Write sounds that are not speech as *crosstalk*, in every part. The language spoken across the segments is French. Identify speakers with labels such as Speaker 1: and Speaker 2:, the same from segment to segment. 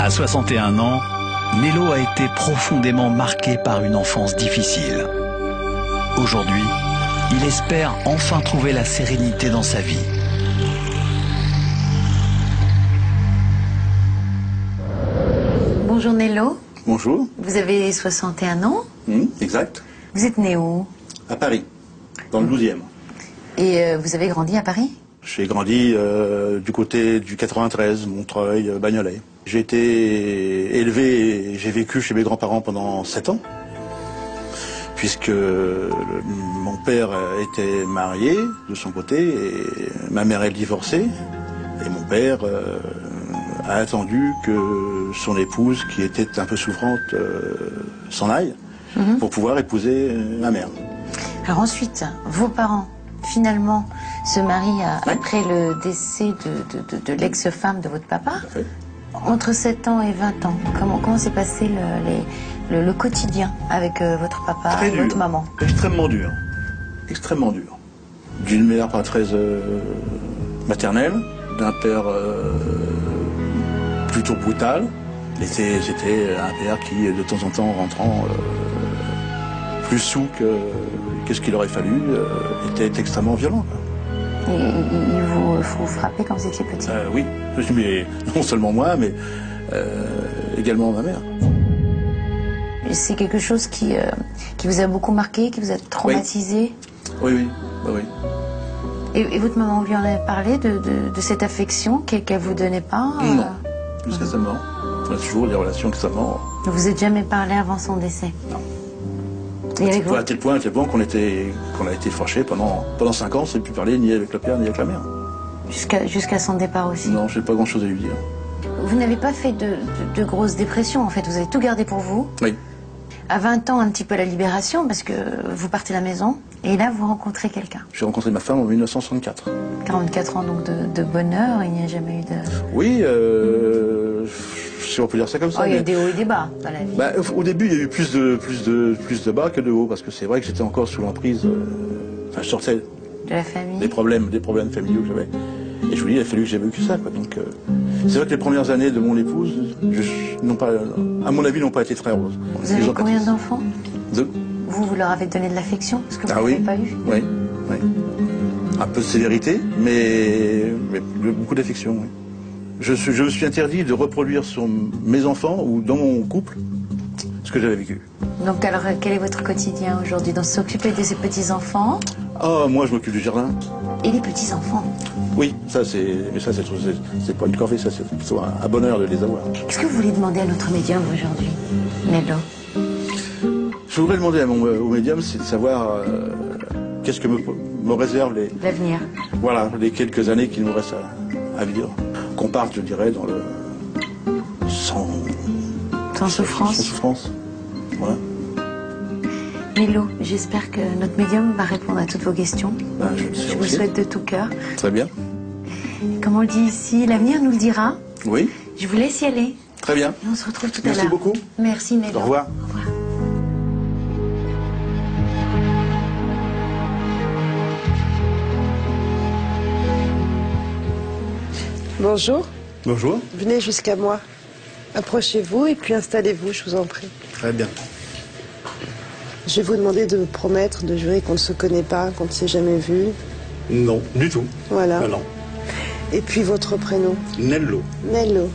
Speaker 1: À 61 ans, Nello a été profondément marqué par une enfance difficile. Aujourd'hui, il espère enfin trouver la sérénité dans sa vie.
Speaker 2: Bonjour Nello,
Speaker 3: Bonjour.
Speaker 2: vous avez 61 ans,
Speaker 3: Hmm, exact.
Speaker 2: vous êtes né où
Speaker 3: À Paris, dans le 12e.
Speaker 2: Et euh, vous avez grandi à Paris
Speaker 3: J'ai grandi euh, du côté du 93, Montreuil, euh, Bagnolet. J'ai été élevé, et j'ai vécu chez mes grands-parents pendant 7 ans, puisque le- mon père était marié de son côté, et ma mère est divorcée, et mon père euh, a attendu que son épouse, qui était un peu souffrante, euh, s'en aille pour pouvoir épouser euh, ma mère.
Speaker 2: Alors ensuite, vos parents, finalement, se marient à- après le décès de, de- de- de l'ex-femme de votre papa.
Speaker 3: fait.
Speaker 2: Entre 7 ans et 20 ans, comment, comment s'est passé le, les- le- le quotidien avec euh, votre papa
Speaker 3: Très
Speaker 2: et
Speaker 3: dur.
Speaker 2: votre maman
Speaker 3: Extrêmement dur. Extrêmement dur. D'une mère pas très euh, maternelle, d'un père euh, plutôt brutal. Mais c'est- C'était un père qui, de temps en temps, en rentrant euh, plus sous que, que ce qu'il aurait fallu, euh, était extrêmement violent. quoi.
Speaker 2: Et- et- et Ils vous, euh, vous frappaient quand vous étiez petit
Speaker 3: Euh, oui, *laughs* mais non seulement moi, mais euh, également ma mère.
Speaker 2: C'est quelque chose qui, euh, qui vous a beaucoup marqué, qui vous a traumatisé
Speaker 3: Oui, oui, oui, oui.
Speaker 2: et, et votre maman lui en avait parlé de, de- de cette affection qu'elle qu'elle vous donnait pas euh,
Speaker 3: Non, jusqu'à sa mort. On a toujours des relations extrêmement
Speaker 2: Ne vous êtes jamais parlé avant son décès
Speaker 3: Non.
Speaker 2: Et avec
Speaker 3: Voilà,
Speaker 2: votre-
Speaker 3: à tel point, à tel point qu'on était, qu'on a été fâchés pendant pendant cinq ans, c'est plus parler ni avec le père ni avec la mère.
Speaker 2: Jusqu'à jusqu'à son départ aussi.
Speaker 3: Non, j'ai pas grand chose à lui dire.
Speaker 2: Vous n'avez pas fait de, de- de grosses dépressions en fait, vous avez tout gardé pour vous.
Speaker 3: Oui,
Speaker 2: À 20 ans, un petit peu la libération parce que vous partez de la maison et là vous rencontrez quelqu'un.
Speaker 3: j'ai rencontré ma femme en 1964.
Speaker 2: 44 ans donc de, de bonheur, il n'y a jamais eu de.
Speaker 3: Oui, euh, si on peut dire ça comme ça.
Speaker 2: Oh, il y a
Speaker 3: mais-
Speaker 2: des hauts et des bas dans la vie.
Speaker 3: Bah, au début, il y a eu plus de plus de plus de bas que de haut parce que c'est vrai que j'étais encore sous l'emprise. euh, Enfin, je sortais
Speaker 2: de la famille.
Speaker 3: des problèmes, des problèmes familiaux que j'avais. Et je vous dis, il a fallu que j'ai vécu ça. Quoi. Donc, euh, c'est vrai que les premières années de mon épouse, je- n'ont pas, à mon avis, n'ont pas été très roses.
Speaker 2: Vous
Speaker 3: Ils
Speaker 2: avez
Speaker 3: ont pas
Speaker 2: combien
Speaker 3: été-
Speaker 2: d'enfants
Speaker 3: Deux.
Speaker 2: Vous, vous leur avez donné de l'affection parce que vous
Speaker 3: Ah
Speaker 2: n'avez
Speaker 3: oui
Speaker 2: pas eu.
Speaker 3: Oui, oui. Un peu de sévérité, mais, mais de- beaucoup d'affection, oui. Je, suis- je me suis interdit de reproduire sur m- mes enfants ou dans mon couple ce que j'avais vécu.
Speaker 2: Donc alors euh, quel est votre quotidien aujourd'hui Donc s'occuper de ses petits enfants
Speaker 3: Ah, moi, je m'occupe du jardin.
Speaker 2: et les petits enfants.
Speaker 3: Oui, ça, c'est. Mais ça, c'est c'est- c'est pas une corvée, ça, c'est plutôt un, un bonheur de les avoir.
Speaker 2: Qu'est-ce que vous voulez demander à notre médium aujourd'hui, Nello
Speaker 3: Je voudrais demander à mon, au médium, c'est de savoir euh, qu'est-ce que me, me réservent les,
Speaker 2: L'avenir.
Speaker 3: voilà, les quelques années qu'il nous reste à, à vivre. Qu'on parte, je dirais, dans le. sans.
Speaker 2: Sans
Speaker 3: Sans
Speaker 2: souffrance.
Speaker 3: souffrance. Voilà.
Speaker 2: Nello, j'espère que notre médium va répondre à toutes vos questions.
Speaker 3: Ben, je le sais
Speaker 2: Je vous
Speaker 3: aussi.
Speaker 2: souhaite de tout cœur.
Speaker 3: Très bien.
Speaker 2: Comme on le dit ici, l'avenir nous le dira.
Speaker 3: Oui,
Speaker 2: Je vous laisse y aller.
Speaker 3: très bien.
Speaker 2: Et on se retrouve tout
Speaker 3: Merci
Speaker 2: à l'heure.
Speaker 3: beaucoup.
Speaker 2: Merci Nello.
Speaker 3: Au revoir.
Speaker 2: Au revoir.
Speaker 4: Bonjour,
Speaker 3: Bonjour.
Speaker 4: venez jusqu'à moi. Approchez-vous et puis installez-vous, je vous en prie.
Speaker 3: Très bien.
Speaker 4: Je vais vous demander de promettre, de jurer qu'on ne se connaît pas, qu'on ne s'est jamais vu.
Speaker 5: Non, du tout.
Speaker 4: Voilà.
Speaker 5: Non, non.
Speaker 4: Et puis votre prénom,
Speaker 5: Nello.
Speaker 4: Nello.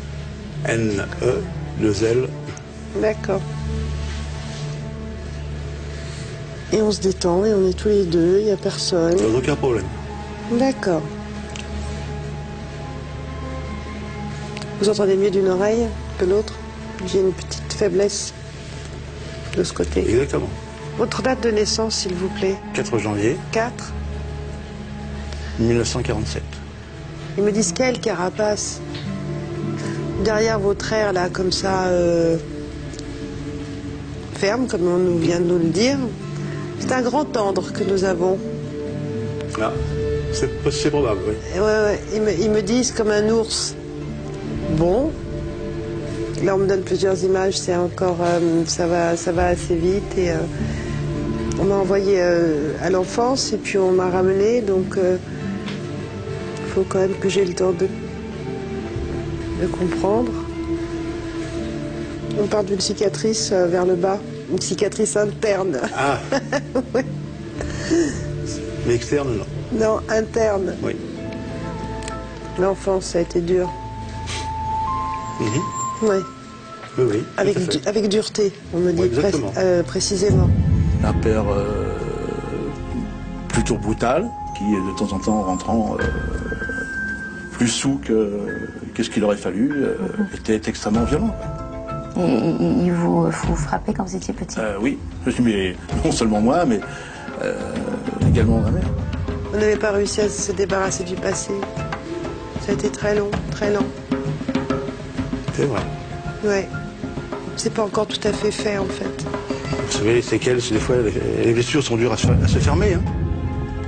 Speaker 5: N-E-2-L.
Speaker 4: D'accord. Et on se détend et on est tous les deux, il n'y a personne.
Speaker 5: Euh, Aucun problème.
Speaker 4: D'accord. Vous entendez mieux d'une oreille que l'autre J'ai une petite faiblesse de ce côté.
Speaker 5: Exactement.
Speaker 4: Votre date de naissance, s'il vous plaît
Speaker 5: 4 janvier
Speaker 4: 4
Speaker 5: 1947.
Speaker 4: Ils me disent quelle carapace Derrière vos traits, là, comme ça, euh, ferme, comme on nous vient de nous le dire. C'est un grand tendre que nous avons.
Speaker 5: Ah, c'est c'est probable, oui.
Speaker 4: Ouais, ouais, ils, me, ils me disent comme un ours. Bon. Là, on me donne plusieurs images, c'est encore. euh, ça, va, ça va assez vite. Et, euh, On m'a envoyé euh, à l'enfance et puis on m'a ramené, donc euh, il faut quand même que j'ai le temps de, de comprendre. On part d'une cicatrice euh, vers le bas, une cicatrice interne.
Speaker 5: Ah Mais externe, non.
Speaker 4: Non, interne.
Speaker 5: Oui.
Speaker 4: L'enfance, ça a été dur.
Speaker 5: Mhm.
Speaker 4: Oui,
Speaker 5: Oui, oui. tout
Speaker 4: avec,
Speaker 5: à fait.
Speaker 4: du- avec dureté, on me dit
Speaker 5: Oui, exactement.
Speaker 4: pré- euh, précisément.
Speaker 3: Un père euh, plutôt brutal, qui de temps en temps rentrant euh, plus sous que, que ce qu'il aurait fallu, euh, était extrêmement violent.
Speaker 2: Et et- et il vous, euh, vous frappait quand vous étiez petit
Speaker 3: Euh, oui, mais non seulement moi, mais euh, également ma mère.
Speaker 4: On n'avait pas réussi à se débarrasser du passé. Ça a été très long, très lent.
Speaker 5: C'est vrai.
Speaker 4: Ouais. C'est pas encore tout à fait fait en fait.
Speaker 5: Vous savez, les séquelles, c'est des fois, les les blessures sont dures à se, à se fermer. hein.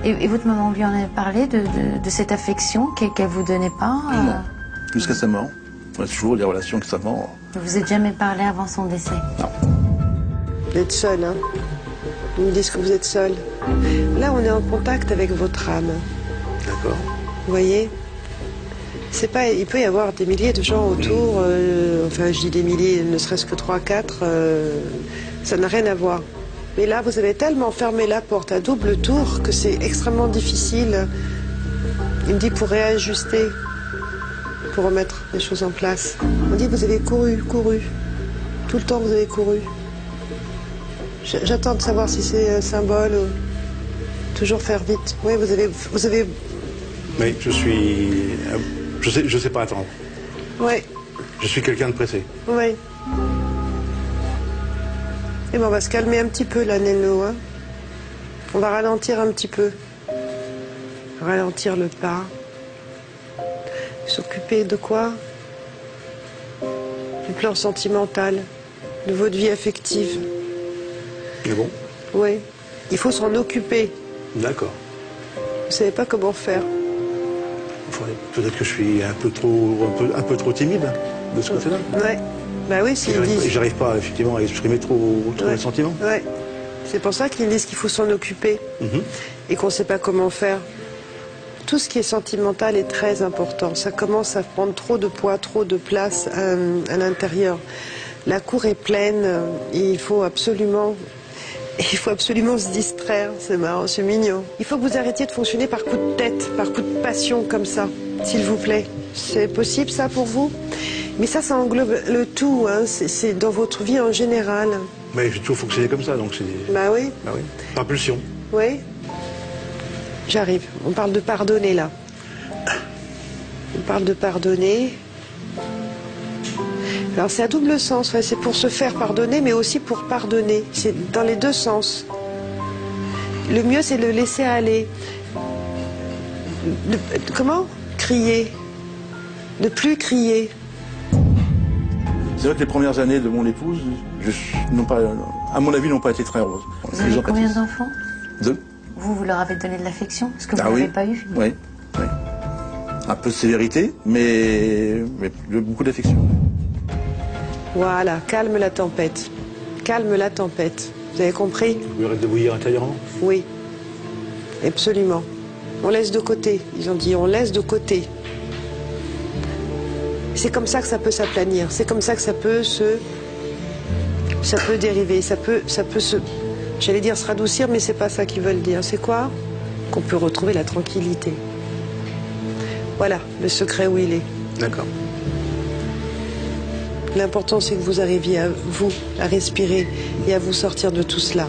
Speaker 2: et, et votre maman lui en avait parlé de, de- de cette affection qu'elle qu'elle vous donnait pas euh,
Speaker 3: Non. Jusqu'à sa mort. On a toujours des relations extrêmement.
Speaker 2: Vous vous êtes jamais parlé avant son décès
Speaker 4: Vous êtes seul, hein. Ils me disent que vous êtes seul. Là, on est en contact avec votre âme.
Speaker 5: D'accord.
Speaker 4: Vous voyez C'est pas. Il peut y avoir des milliers de gens autour. euh, enfin, je dis des milliers, ne serait-ce que 3, 4. ça n'a rien à voir. Mais là, vous avez tellement fermé la porte à double tour que c'est extrêmement difficile. Il me dit pour réajuster, pour remettre les choses en place. On dit vous avez couru, couru. Tout le temps, vous avez couru. J- J'attends de savoir si c'est un symbole. ou- Toujours faire vite. Oui, vous avez, vous avez
Speaker 5: Mais je suis. euh, Je sais, je sais pas attendre.
Speaker 4: Ouais,
Speaker 5: Je suis quelqu'un de pressé.
Speaker 4: ouais. Et ben on va se calmer un petit peu là, Nello. hein. On va ralentir un petit peu. Ralentir le pas. S'occuper de quoi Du plan sentimental, de votre vie affective.
Speaker 5: Mais bon,
Speaker 4: Oui. Il faut s'en occuper.
Speaker 5: d'accord.
Speaker 4: Vous savez pas comment faire.
Speaker 5: Faudrait- Peut-être que je suis un peu trop, un peu, un peu trop timide de ce côté-là.
Speaker 4: Ouais. Bah oui, s'ils
Speaker 5: J'arrive-
Speaker 4: disent.
Speaker 5: J'arrive pas effectivement à exprimer trop, trop
Speaker 4: Ouais.
Speaker 5: les sentiments.
Speaker 4: Ouais. C'est pour ça qu'ils disent qu'il faut s'en occuper et qu'on ne sait pas comment faire. Tout ce qui est sentimental est très important. Ça commence à prendre trop de poids, trop de place euh, à, l'intérieur. La cour est pleine euh, et il faut absolument. *laughs* Il faut absolument se distraire, c'est marrant, c'est mignon. Il faut que vous arrêtiez de fonctionner par coup de tête, par coup de passion comme ça, s'il vous plaît. C'est possible ça pour vous Mais ça, ça englobe le tout, hein. C'est- c'est dans votre vie en général.
Speaker 5: Mais j'ai toujours fonctionné comme ça, donc c'est.
Speaker 4: Bah oui,
Speaker 5: Ah oui. Par pulsion.
Speaker 4: oui. J'arrive. On parle de pardonner là. On parle de pardonner. Alors c'est à double sens, ouais, c'est pour se faire pardonner, mais aussi pour pardonner. C'est dans les deux sens. Le mieux c'est de le laisser aller. De- de- comment Crier. Ne plus crier.
Speaker 3: C'est vrai que les premières années de mon épouse, je, n'ont pas, à mon avis, n'ont pas été très roses.
Speaker 2: Vous
Speaker 3: Plus
Speaker 2: avez
Speaker 3: en
Speaker 2: combien
Speaker 3: pâtisse.
Speaker 2: d'enfants
Speaker 3: Deux.
Speaker 2: Vous, vous leur avez donné de l'affection Parce que vous
Speaker 3: Ah
Speaker 2: n'avez
Speaker 3: oui.
Speaker 2: pas eu
Speaker 3: Oui. oui. Un peu de sévérité, mais, mais de beaucoup d'affection.
Speaker 4: Voilà, calme la tempête. Calme la tempête. Vous avez compris
Speaker 5: Vous arrêtez de bouillir intérieurement.
Speaker 4: Oui, absolument. On laisse de côté. Ils ont dit on laisse de côté. C'est comme ça que ça peut s'aplanir. C'est comme ça que ça peut se, ça peut dériver. Ça peut, ça peut se, j'allais dire se radoucir, mais c'est pas ça qu'ils veulent dire. C'est quoi Qu'on peut retrouver la tranquillité. Voilà le secret où il est.
Speaker 5: D'accord.
Speaker 4: L'important, c'est que vous arriviez à vous, à respirer et à vous sortir de tout cela.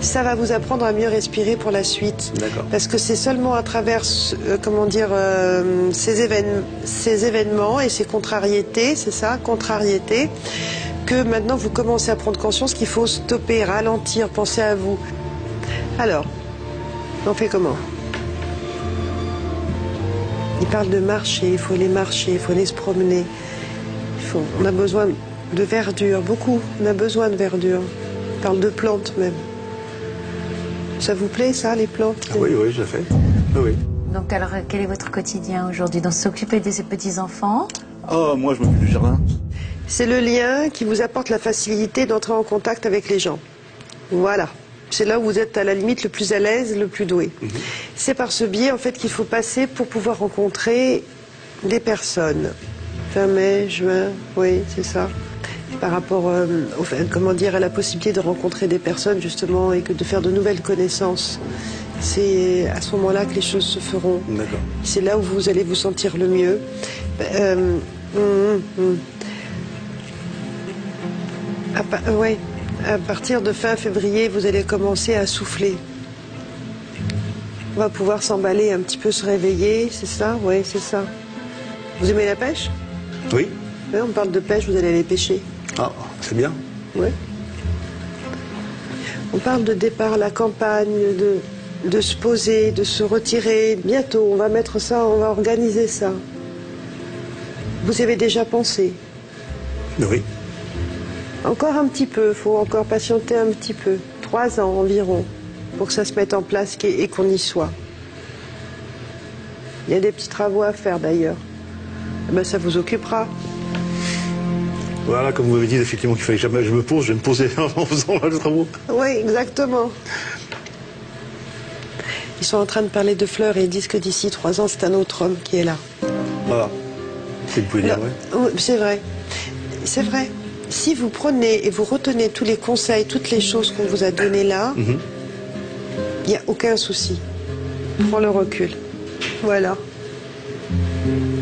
Speaker 4: Ça va vous apprendre à mieux respirer pour la suite.
Speaker 5: D'accord.
Speaker 4: Parce que c'est seulement à travers, euh, comment dire, euh, ces, évén- ces événements et ces contrariétés, c'est ça, contrariétés, que maintenant vous commencez à prendre conscience qu'il faut stopper, ralentir, penser à vous. Alors, on fait comment Il parle de marcher, il faut aller marcher, il faut aller se promener. Il faut- on a besoin de verdure, beaucoup. On a besoin de verdure. On parle de plantes même. Ça vous plaît, ça, les plantes
Speaker 5: Ah oui, oui, je l'ai fait. Oui, oui.
Speaker 2: Donc alors, euh, quel est votre quotidien aujourd'hui Donc s'occuper de ces petits-enfants
Speaker 3: Oh, moi, je m'occupe du jardin.
Speaker 4: C'est le lien qui vous apporte la facilité d'entrer en contact avec les gens. Voilà. C'est là où vous êtes à la limite le plus à l'aise, le plus doué. C'est par ce biais en fait qu'il faut passer pour pouvoir rencontrer des personnes. Fin mai, juin, oui, c'est ça. Et par rapport euh, au fait- comment dire, à la possibilité de rencontrer des personnes justement et que de faire de nouvelles connaissances. C'est à ce moment-là que les choses se feront.
Speaker 5: D'accord.
Speaker 4: C'est là où vous allez vous sentir le mieux. Euh, hum, hum. À, pa- euh, ouais. à partir de fin février, vous allez commencer à souffler. On va pouvoir s'emballer un petit peu, se réveiller, c'est ça Oui, c'est ça. Vous aimez la pêche
Speaker 5: Oui
Speaker 4: Ouais, On parle de pêche, vous allez aller pêcher.
Speaker 5: Ah, c'est bien.
Speaker 4: Oui. On parle de départ à la campagne, de, de se poser, de se retirer. Bientôt, on va mettre ça, on va organiser ça. Vous y avez déjà pensé
Speaker 5: Oui.
Speaker 4: Encore un petit peu, faut encore patienter un petit peu. Trois ans environ pour que ça se mette en place qu'est- et qu'on y soit. Il y a des petits travaux à faire d'ailleurs. Eh ben, ça vous occupera.
Speaker 5: Voilà, comme vous m'avez dit, effectivement, qu'il fallait que jamais je me pose, je vais me poser *laughs* en faisant le travaux.
Speaker 4: Oui, exactement. Ils sont en train de parler de fleurs et ils disent que d'ici trois ans, c'est un autre homme qui est là.
Speaker 5: Voilà. Si vous pouvez dire,
Speaker 4: Non,
Speaker 5: ouais.
Speaker 4: oui, C'est vrai. C'est vrai. Si vous prenez et vous retenez tous les conseils, toutes les choses qu'on vous a données là,
Speaker 5: Mhm.
Speaker 4: il n'y a aucun souci. Prends le recul. Voilà.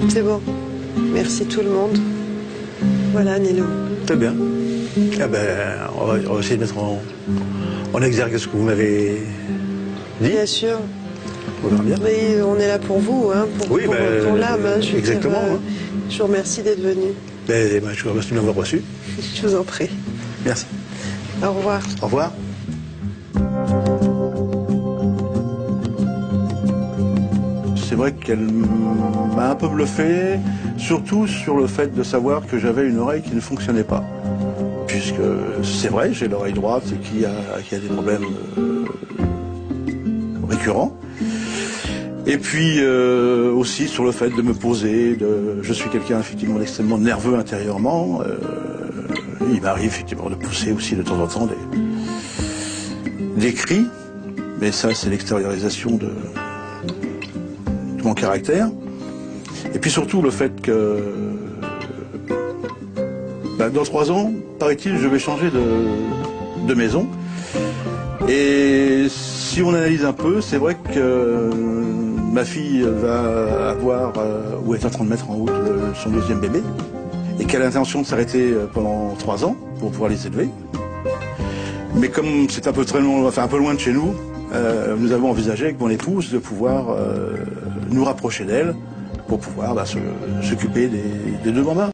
Speaker 4: C'est bon. Merci tout le monde. Voilà, Nilo.
Speaker 5: Très bien. Ah ben, on va, on va essayer de mettre en, en exergue ce que vous m'avez dit.
Speaker 4: Bien sûr.
Speaker 5: On verra bien.
Speaker 4: Mais on est là pour vous, hein, pour,
Speaker 5: Oui,
Speaker 4: pour-
Speaker 5: ben,
Speaker 4: pour l'âme. hein, je veux
Speaker 5: exactement,
Speaker 4: dire, euh,
Speaker 5: hein.
Speaker 4: Je vous remercie d'être venu.
Speaker 5: Ben, ben, je vous remercie de m'avoir reçu.
Speaker 4: Je vous en prie.
Speaker 5: Merci.
Speaker 4: Au revoir.
Speaker 5: Au revoir.
Speaker 3: C'est vrai qu'elle m'a un peu bluffé, surtout sur le fait de savoir que j'avais une oreille qui ne fonctionnait pas. Puisque c'est vrai, j'ai l'oreille droite qui a, qui a des problèmes euh, récurrents. Et puis euh, aussi sur le fait de me poser, de, je suis quelqu'un effectivement extrêmement nerveux intérieurement. euh, il m'arrive effectivement de pousser aussi de temps en temps des, des cris, mais ça c'est l'extériorisation de, de mon caractère. Et puis surtout le fait que bah, dans trois ans, paraît-il, je vais changer de, de maison. Et si on analyse un peu, c'est vrai que euh, ma fille va avoir, euh, ou est en train de mettre en route euh, son deuxième bébé, et qu'elle a l'intention de s'arrêter euh, pendant trois ans pour pouvoir les élever. Mais comme c'est un peu très loin, enfin un peu loin de chez nous, euh, nous avons envisagé avec mon épouse de pouvoir euh, nous rapprocher d'elle pour pouvoir bah, se- s'occuper des, des deux mamans.